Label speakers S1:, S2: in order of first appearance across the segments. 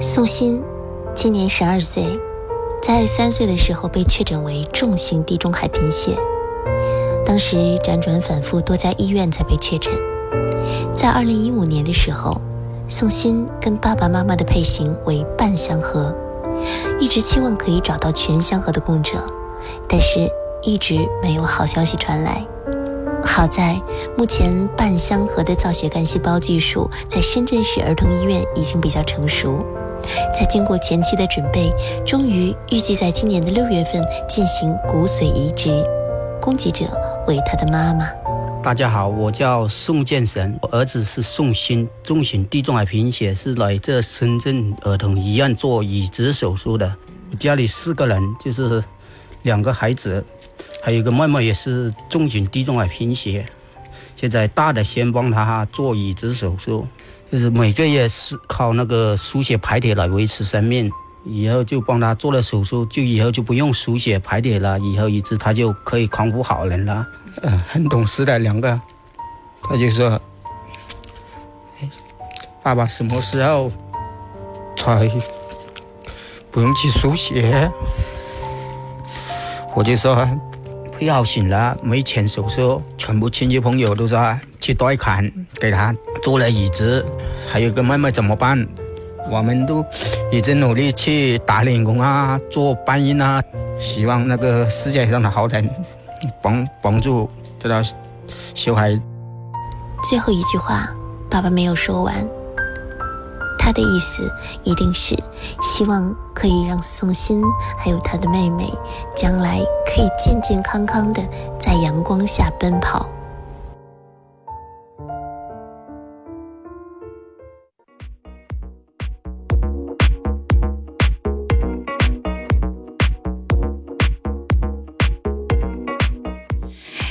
S1: 宋鑫今年十二岁，在三岁的时候被确诊为重型地中海贫血，当时辗转反复多家医院才被确诊。在二零一五年的时候，宋鑫跟爸爸妈妈的配型为半相合，一直期望可以找到全相合的供者，但是一直没有好消息传来。好在目前半相合的造血干细胞技术在深圳市儿童医院已经比较成熟，在经过前期的准备，终于预计在今年的六月份进行骨髓移植，供给者为他的妈妈。
S2: 大家好，我叫宋建神，我儿子是宋鑫，重型地中海贫血，是来这深圳儿童医院做移植手术的。我家里四个人，就是两个孩子，还有一个妹妹也是重型地中海贫血，现在大的先帮她做移植手术，就是每个月是靠那个输血排铁来维持生命。以后就帮她做了手术，就以后就不用输血排铁了，以后一直她就可以康复好人了。呃，很懂事的两个，他就说：“哎爸爸什么时候才不用去输血？”我就说：“不要醒了，没钱手术，全部亲戚朋友都说去贷款给他做了移植，还有个妹妹怎么办？我们都已经努力去打零工啊，做搬运啊，希望那个世界上的好人帮帮助这个小孩。
S1: 最后一句话，爸爸没有说完。他的意思一定是希望可以让宋鑫还有他的妹妹将来可以健健康康的在阳光下奔跑。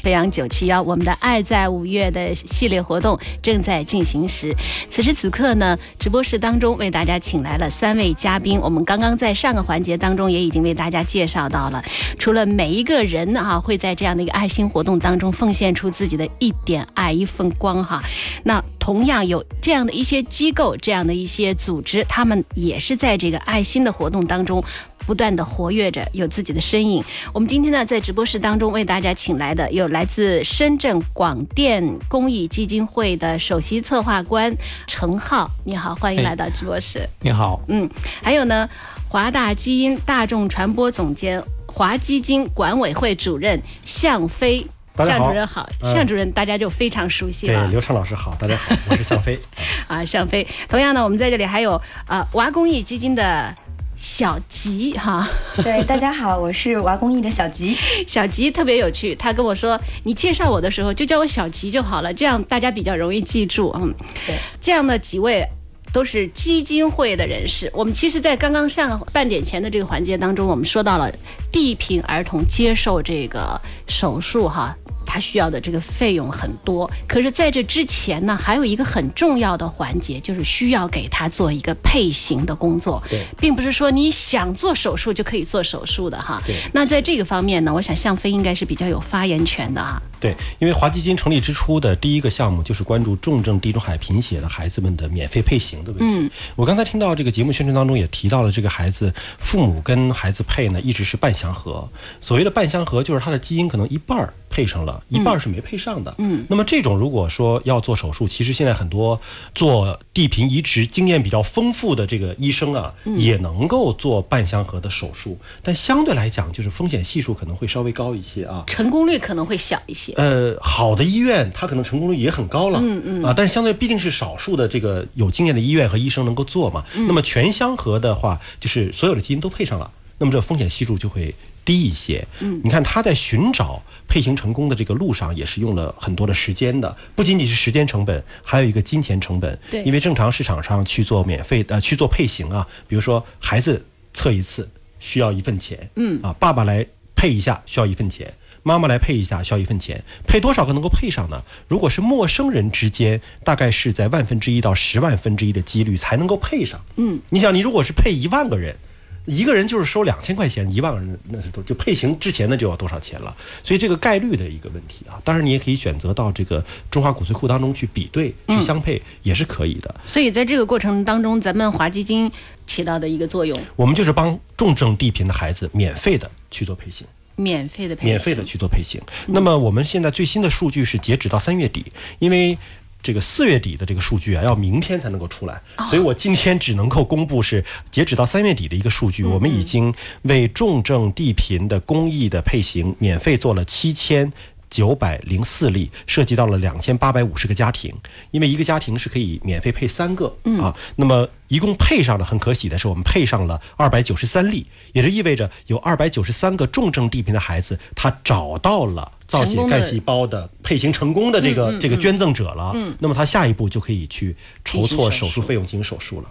S3: 飞扬九七幺，我们的“爱在五月”的系列活动正在进行时。此时此刻呢，直播室当中为大家请来了三位嘉宾。我们刚刚在上个环节当中也已经为大家介绍到了，除了每一个人啊会在这样的一个爱心活动当中奉献出自己的一点爱、一份光哈，那同样有这样的一些机构、这样的一些组织，他们也是在这个爱心的活动当中。不断的活跃着，有自己的身影。我们今天呢，在直播室当中为大家请来的有来自深圳广电公益基金会的首席策划官程浩，你好，欢迎来到直播室。
S4: 你好，
S3: 嗯，还有呢，华大基因大众传播总监、华基金管委会主任向飞。
S4: 大家
S3: 向
S4: 好
S3: 主任好，
S4: 嗯
S3: 向主任大家就非常熟悉
S4: 对
S3: 了，
S4: 刘畅老师好，大家好，我是向飞。
S3: 啊，向飞。同样呢，我们在这里还有呃娃公益基金的小吉哈。
S5: 对，大家好，我是娃公益的小吉。
S3: 小吉特别有趣，他跟我说，你介绍我的时候就叫我小吉就好了，这样大家比较容易记住。嗯，
S5: 对，
S3: 这样的几位。都是基金会的人士。我们其实，在刚刚上半点前的这个环节当中，我们说到了地贫儿童接受这个手术哈，他需要的这个费用很多。可是，在这之前呢，还有一个很重要的环节，就是需要给他做一个配型的工作。
S4: 对，
S3: 并不是说你想做手术就可以做手术的哈
S4: 对。
S3: 那在这个方面呢，我想向飞应该是比较有发言权的啊。
S4: 对，因为华基金成立之初的第一个项目就是关注重症地中海贫血的孩子们的免费配型的问题。嗯，我刚才听到这个节目宣传当中也提到了，这个孩子父母跟孩子配呢一直是半相合。所谓的半相合，就是他的基因可能一半儿配上了，一半儿是没配上的。嗯，那么这种如果说要做手术，其实现在很多做地贫移植经验比较丰富的这个医生啊，也能够做半相合的手术，但相对来讲就是风险系数可能会稍微高一些啊。
S3: 成功率可能会小一些。
S4: 呃，好的医院它可能成功率也很高了，嗯嗯啊，但是相对毕竟是少数的这个有经验的医院和医生能够做嘛。那么全相合的话，就是所有的基因都配上了，那么这风险系数就会低一些。嗯，你看他在寻找配型成功的这个路上，也是用了很多的时间的，不仅仅是时间成本，还有一个金钱成本。
S3: 对
S4: 因为正常市场上去做免费呃去做配型啊，比如说孩子测一次需要一份钱，嗯啊，爸爸来配一下需要一份钱。妈妈来配一下，需要一份钱，配多少个能够配上呢？如果是陌生人之间，大概是在万分之一到十万分之一的几率才能够配上。嗯，你想，你如果是配一万个人，一个人就是收两千块钱，一万个人那是多，就配型之前的就要多少钱了。所以这个概率的一个问题啊，当然你也可以选择到这个中华骨髓库当中去比对、去相配，也是可以的。
S3: 所以在这个过程当中，咱们华基金起到的一个作用，
S4: 我们就是帮重症地贫的孩子免费的去做配型。
S3: 免费的培训，
S4: 免费的去做配型。那么我们现在最新的数据是截止到三月底，因为。这个四月底的这个数据啊，要明天才能够出来，所以我今天只能够公布是截止到三月底的一个数据。我们已经为重症地贫的公益的配型免费做了七千九百零四例，涉及到了两千八百五十个家庭，因为一个家庭是可以免费配三个、啊。那么一共配上了，很可喜的是，我们配上了二百九十三例，也就意味着有二百九十三个重症地贫的孩子，他找到了。造血干细胞的嗯配型成功的这个、这个捐赠者了，那么他下一步就可以去筹措嗯手术费嗯用进行手术了。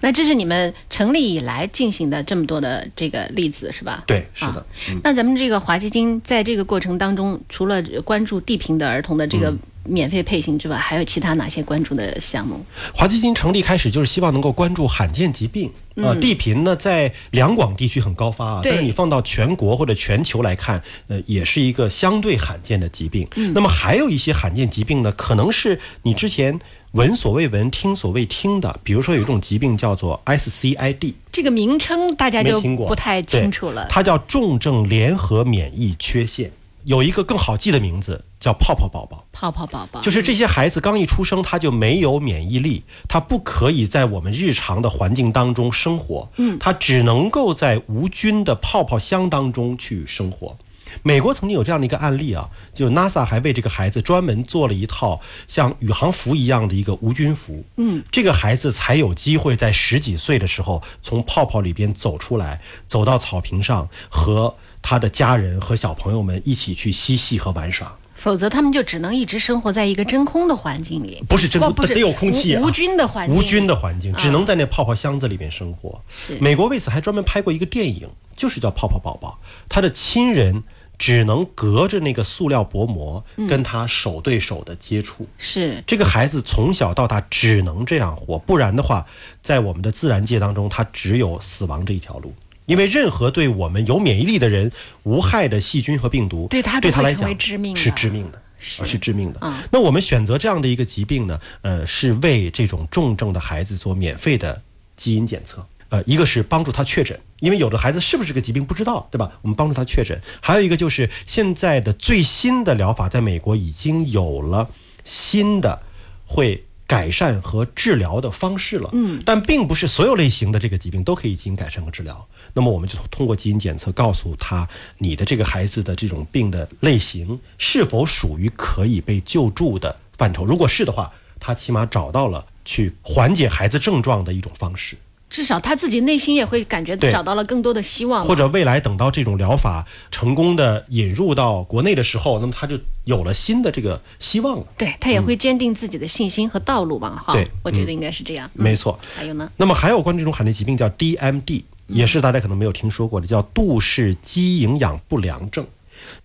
S3: 那这是你们成立以来进行的这么多的这个例子是吧？
S4: 对是的嗯
S3: 啊那咱们这个华基金在这个过程当中，除了关注地贫的儿童的这
S4: 嗯
S3: 个免费配型之外，还有其他哪些关注的项目？
S4: 华基金成立开始就是希望能够关注罕见疾病。呃，地贫呢，在两广地区很高发啊，
S3: 嗯对
S4: 但是你放到全国或者全球来看，呃，也是一个相对罕见的疾病。
S3: 嗯
S4: 那么还有一些罕见疾病呢，可能是你之前闻所未闻、听所未听的，比如说有一种疾病叫做 SCID，
S3: 这个名称大家
S4: 没
S3: 就
S4: 听过，
S3: 不太清楚了
S4: 对。它叫重症联合免疫缺陷，有一个更好记的名字叫泡泡宝宝。
S3: 泡泡宝宝
S4: 就是这些孩子刚一出生，他就没有免疫力，他不可以在我们日常的环境当中生活，嗯，他只能够在无菌的泡泡箱当中去生活。美国曾经有这样的一个案例啊，就是 NASA 还为这个孩子专门做了一套像宇航服一样的一个无菌服，嗯，这个孩子才有机会在十几岁的时候从泡泡里边走出来，走到草坪上和他的家人和小朋友们一起去嬉戏和玩耍。
S3: 否则他们就只能一直生活在一个真空的环境里，
S4: 不是真
S3: 不
S4: 空，
S3: 不是
S4: 得有空气、啊
S3: 无无菌的环境，嗯
S4: 无菌的环境，只能在那泡泡箱子里面生活。
S3: 是
S4: 美国为此还专门拍过一个电影，就是叫《泡泡宝宝》，他的亲人只能隔着那个塑料薄膜
S3: 嗯
S4: 跟他手对手的接触。
S3: 是
S4: 这个孩子从小到大只能这样活，不然的话，在我们的自然界当中，他只有死亡这一条路。因为任何对我们有免疫力的人无害的细菌和病毒，
S3: 对他都
S4: 对他
S3: 会
S4: 来
S3: 成为
S4: 讲
S3: 致命的
S4: 是致命的。
S3: 是
S4: 而是致命的。那我们选择这样的一个疾病呢，呃，是为这种重症的孩子做免费的基因检测。呃，一个是帮助他确诊，因为有的孩子是不是个疾病不知道，对吧？我们帮助他确诊。还有一个就是现在的最新的疗法，在美国已经有了新的会改善和治疗的方式了。嗯，但并不是所有类型的这个疾病都可以基因改善和治疗。那么我们就通过基因检测告诉他，你的这个孩子的这种病的类型是否属于可以被救助的范畴。如果是的话，他起码找到了去缓解孩子症状的一种方式。
S3: 至少他自己内心也会感觉
S4: 对
S3: 找到了更多的希望嘛，
S4: 或者未来等到这种疗法成功的引入到国内的时候，那么他就有了新的这个希望了。
S3: 对他也会坚定自己的信心和道路吧，哈、
S4: 嗯对
S3: 我觉得应该是这样。嗯
S4: 没错。
S3: 还有呢，
S4: 那么还有关于这种罕见疾病叫 DMD，也是大家可能没有听说过的，叫杜氏肌营养不良症。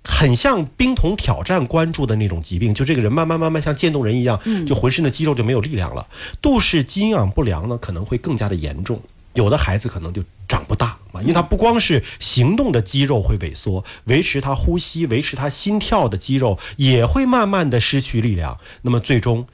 S4: 很像冰桶挑战关注的那种疾病，就这个人慢慢慢慢像渐冻人一样，就浑身的肌肉就没有力量了。杜氏肌营养不良呢，可能会更加的严重，有的孩子可能就长不大嘛，因为他不光是行动的肌肉会萎缩，维持他呼吸、维持他心跳的肌肉也会慢慢的失去力量，那么最终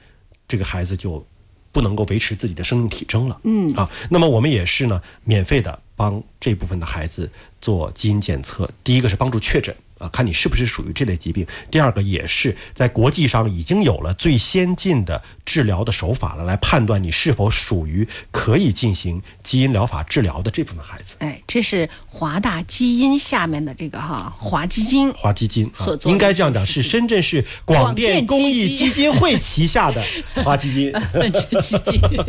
S4: 这个孩子就不能够维持自己的生命体征了。嗯啊，那么我们也是呢，免费的帮这部分的孩子做基因检测。第一个是帮助确诊啊，看你是不是属于这类疾病；第二个也是在国际上已经有了最先进的治疗的手法了，来判断你是否属于可以进行基因疗法治疗的这部分孩子。
S3: 哎，这是华大基因下面的这个哈华基金，
S4: 华基金啊
S3: 所，做的
S4: 应该这样讲，
S3: 一些事
S4: 是
S3: 情
S4: 深圳市广电公益基金会旗下 的华基金。
S3: 分支基金， 啊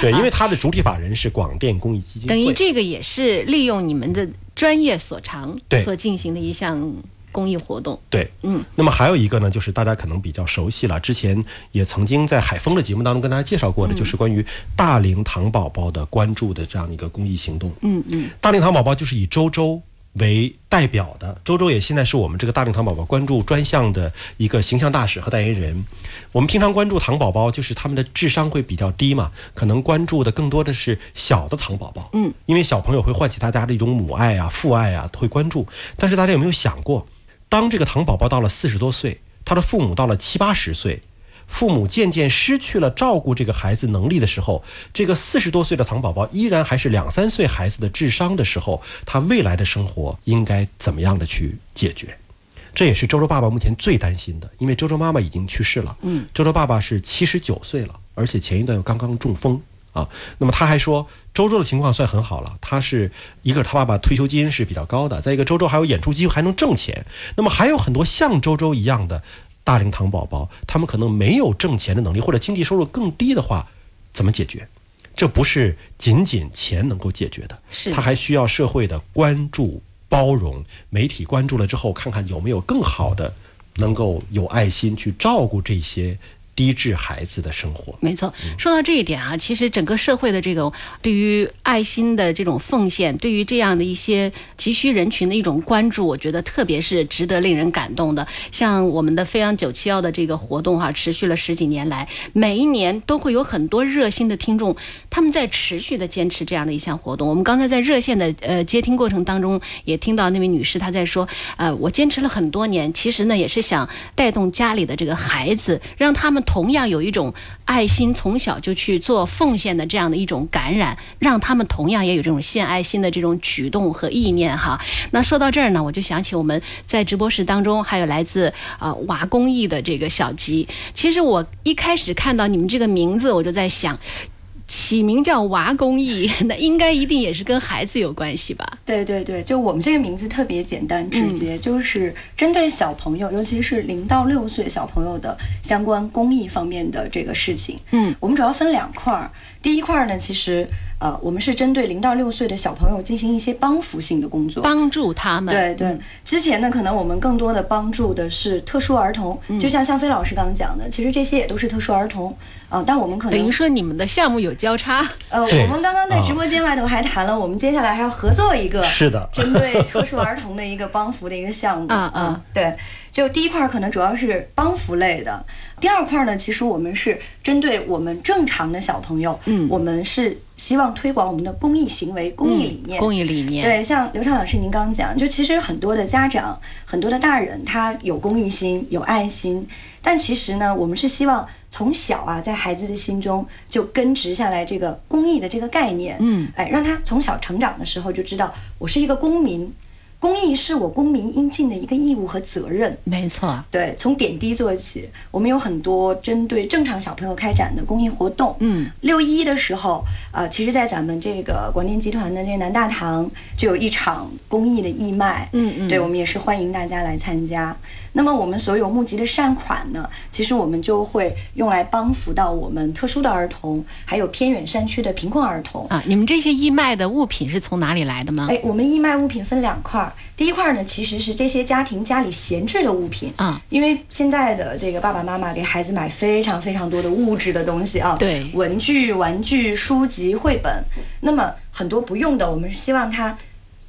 S4: 对，因为它的主体法人是广电公益基金会。
S3: 等于这个也是利用你们的专业所长
S4: 对
S3: 所进行的一项公益活动。
S4: 对，嗯，那么还有一个呢，就是大家可能比较熟悉了，之前也曾经在海峰的节目当中跟大家介绍过
S3: 嗯
S4: 的，就是关于大龄糖宝宝的关注的这样一个公益行动。嗯嗯，大龄糖宝宝就是以周周为代表的。周周也现在是我们这个大龄糖宝宝关注专项的一个形象大使和代言人。我们平常关注糖宝宝，就是他们的智商会比较低嘛，可能关注的更多的是小的糖宝宝。嗯，因为小朋友会唤起大家的一种母爱啊、父爱啊，会关注。但是大家有没有想过，当这个糖宝宝到了四十多岁，他的父母到了七八十岁，父母渐渐失去了照顾这个孩子能力的时候，这个四十多岁的糖宝宝依然还是两三岁孩子的智商的时候，他未来的生活应该怎么样的去解决？这也是周周爸爸目前最担心的，因为周周妈妈已经去世了，嗯，周周爸爸是七十九岁了，而且前一段又刚刚中风啊。那么他还说，周周的情况算很好了，他是一个是他爸爸退休金是比较高的，再一个周周还有演出机会还能挣钱，那么还有很多像周周一样的大龄糖宝宝，他们可能没有挣钱的能力，或者经济收入更低的话，怎么解决？这不是仅仅钱能够解决的，
S3: 是
S4: 他还需要社会的关注、包容，媒体关注了之后，看看有没有更好的，能够有爱心去照顾这些低智孩子的生活。
S3: 没错，说到这一点啊，其实整个社会的这种对于爱心的这种奉献，对于这样的一些急需人群的一种关注，我觉得特别是值得令人感动的。像我们的飞扬九七幺的这个活动哈、持续了十几年来，每一年都会有很多热心的听众，他们在持续的坚持这样的一项活动。我们刚才在热线的呃接听过程当中，也听到那位女士她在说，呃，我坚持了很多年，其实呢也是想带动家里的这个孩子，让他们同样有一种爱心，从小就去做奉献的这样的一种感染，让他们同样也有这种献爱心的这种举动和意念哈。那说到这儿呢，我就想起我们在直播室当中还有来自呃瓦工艺的这个小吉。其实我一开始看到你们这个名字，我就在想。起名叫娃工艺， 那应该一定也是跟孩子有关系吧？
S5: 对对对，就我们这个名字特别简单
S3: 嗯
S5: 直接，就是针对小朋友，尤其是零到六岁小朋友的相关公益方面的这个事情。
S3: 嗯，
S5: 我们主要分两块儿。第一块儿呢，其实呃，我们是针对零到六岁的小朋友进行一些帮扶性的工作。
S3: 帮嗯助他们。
S5: 对对，之前呢，可能我们更多的帮助的是特殊儿童，
S3: 嗯
S5: 就像向飞老师刚刚讲的，其实这些也都是特殊儿童啊、但我们可
S3: 等于
S5: 能
S3: 说你们的项目有交叉，
S5: 呃，
S4: 对
S5: 我们刚刚在直播间外头还谈了，我们接下来还要合作一个，
S4: 是的
S5: 针对特殊儿童的一个帮扶的一个项目。
S3: 啊啊
S5: 嗯对，就第一块儿可能主要是帮扶类的，第二块儿呢，其实我们是针对我们正常的小朋友，嗯，我们是希望推广我们的公益行为、公益理念。
S3: 公益嗯理念。
S5: 对，像刘畅老师您刚刚讲，就其实很多的家长、很多的大人，他有公益心、有爱心，但其实呢，我们是希望从小啊，在孩子的心中就根植下来这个公益的这个概念，嗯，哎，让他从小成长的时候就知道，我是一个公民，公益是我公民应尽的一个义务和责任。
S3: 没错，
S5: 对，从点滴做起。我们有很多针对正常小朋友开展的公益活动。
S3: 嗯，
S5: 六一的时候，呃，其实，在咱们这个广电集团的这个南大堂就有一场公益的义卖。
S3: 嗯嗯
S5: 对，我们也是欢迎大家来参加。那么，我们所有募集的善款呢，其实我们就会用来帮扶到我们特殊的儿童，还有偏远山区的贫困儿童。
S3: 啊，你们这些义卖的物品是从哪里来的吗？
S5: 哎，我们义卖物品分两块儿，第一块儿呢其实是这些家庭家里闲置的物品
S3: 啊，
S5: 因为现在的这个爸爸妈妈给孩子买非常非常多的物质的东西啊，
S3: 对
S5: 文具、玩具、书籍、绘本，那么很多不用的，我们是希望它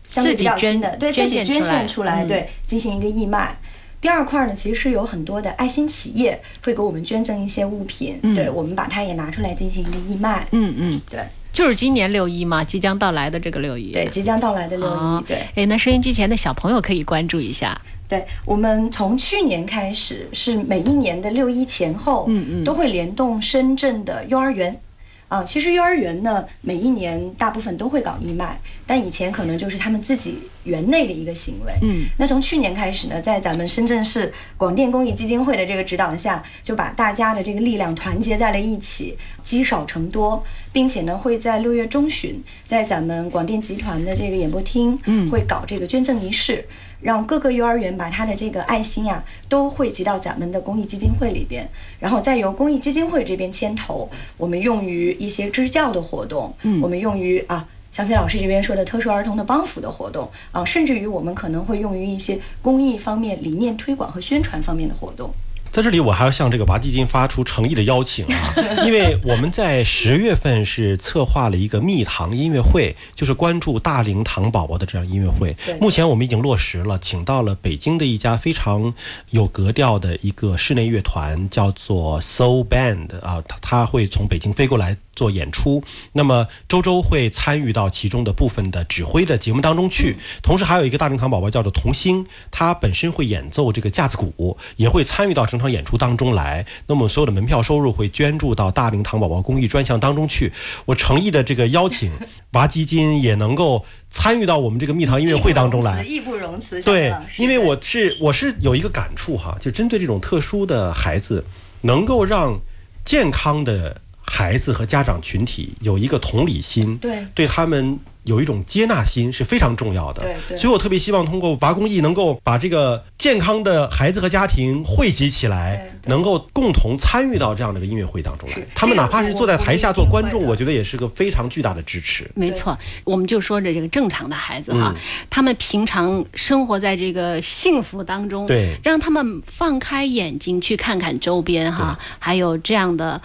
S5: 相对
S3: 自己
S5: 比较新
S3: 捐
S5: 的，对
S3: 捐
S5: 自己
S3: 献
S5: 捐
S3: 出来
S5: 献出来，
S3: 嗯
S5: 对，进行一个义卖。第二块儿呢，其实是有很多的爱心企业会给我们捐赠一些物品，对我们把它也拿出来进行一个义卖，
S3: 嗯嗯，
S5: 对
S3: 就是今年六一嘛，即将到来的这个六一。
S5: 对，即将到来的六一，
S3: 啊，
S5: 对。
S3: 哎，那收音机前的小朋友可以关注一下。
S5: 对，我们从去年开始，是每一年的六一前后，嗯嗯，都会联动深圳的幼儿园。啊，其实幼儿园呢，每一年大部分都会搞义卖，但以前可能就是他们自己园内的一个行为。
S3: 嗯，
S5: 那从去年开始呢，在咱们深圳市广电公益基金会的这个指导下，就把大家的这个力量团结在了一起，积少成多，并且呢会在六月中旬，在咱们广电集团的这个演播厅，嗯，会搞这个捐赠仪式。让各个幼儿园把他的这个爱心呀、都汇集到咱们的公益基金会里边，然后再由公益基金会这边牵头，我们用于一些支教的活动，嗯，我们用于啊。像飞老师这边说的特殊儿童的帮扶的活动啊，甚至于我们可能会用于一些公益方面理念推广和宣传方面的活动。
S4: 在这里，我还要向这个娃基金发出诚意的邀请 啊，因为我们在十月份是策划了一个蜜糖音乐会，就是关注大龄糖宝宝的这样音乐会
S5: 对。
S4: 目前我们已经落实了，请到了北京的一家非常有格调的一个室内乐团，叫做 Soul Band 啊，他他会从北京飞过来做演出。那么周周会参与到其中的部分的指挥的节目当中去，同时还有一个大龄堂宝宝叫做童星，他本身会演奏这个架子鼓，也会参与到整场演出当中来。那么所有的门票收入会捐助到大龄堂宝宝公益专项当中去。我诚意的这个邀请， 娃基金也能够参与到我们这个蜜糖音乐会当中来。
S5: 义不容辞。义不容辞
S4: 对
S5: 向往，是
S4: 因为
S5: 的
S4: 我是我是有一个感触哈，就针对这种特殊的孩子，能够让健康的孩子和家长群体有一个同理心，
S5: 对
S4: 对他们。有一种接纳心是非常重要的，
S5: 对对
S4: 所以我特别希望通过拔公益能够把这个健康的孩子和家庭汇集起来，
S5: 对对
S4: 能够共同参与到这样的一个音乐会当中来
S5: 是。
S4: 他们
S5: 这
S4: 哪
S5: 个
S4: 怕是
S5: 我
S4: 坐在
S5: 我
S4: 台下
S5: 一定
S4: 做观
S5: 会
S4: 众，
S5: 的
S4: 我觉得也是个非常巨大的支持。
S3: 没错，我们就说着这个正常的孩子哈、他们平常生活在这个幸福当中，
S4: 对
S3: 让他们放开眼睛去看看周边哈、还有这样的。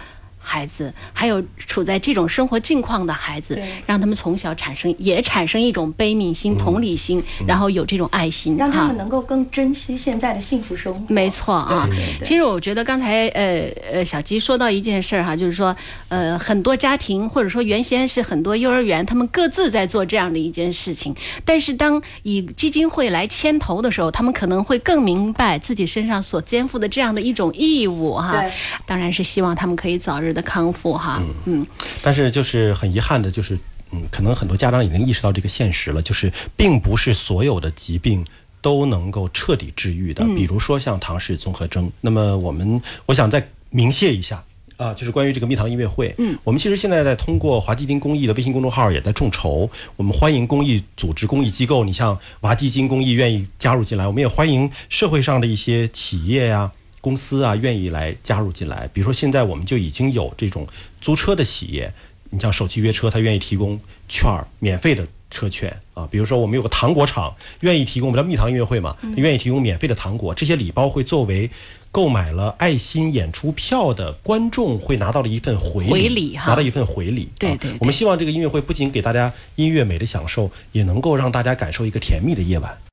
S3: 孩子，还有处在这种生活境况的孩子
S5: 对，
S3: 让他们从小产生也产生一种悲悯心、同理心，然后有这种爱心，
S5: 让
S3: 哈。
S5: 他们能够更珍惜现在的幸福生活。
S3: 没错啊
S5: 对对，对
S3: 其实我觉得刚才呃呃小吉说到一件事儿、哈，就是说呃很多家庭或者说原先是很多幼儿园他们各自在做这样的一件事情，但是当以基金会来牵头的时候，他们可能会更明白自己身上所肩负的这样的一种义务哈、
S5: 对
S3: 当然是希望他们可以早日的康复哈、嗯，
S4: 但是就是很遗憾的，就是嗯，可能很多家长已经意识到这个现实了，就是并不是所有的疾病。都能够彻底治愈的，比如说像唐氏综合征。那么我们，我想再明谢一下啊，就是关于这个蜜糖音乐会。嗯，我们其实现在在通过华基金公益的微信公众号也在众筹，我们欢迎公益组织、公益机构，你像华基金公益愿意加入进来，我们也欢迎社会上的一些企业呀、公司啊愿意来加入进来。比如说，现在我们就已经有这种租车的企业，你像首汽约车，它愿意提供券儿，免费的车券啊。比如说，我们有个糖果厂愿意提供，我们叫蜜糖音乐会嘛，
S3: 嗯
S4: 愿意提供免费的糖果，这些礼包会作为。购买了爱心演出票的观众会拿到了一份回礼，
S3: 回礼哈
S4: 拿到一份回礼。
S3: 对
S4: 啊
S3: 对对
S4: 我们希望这个音乐会不仅给大家音乐美的享受，也能够让大家感受一个甜蜜的夜晚。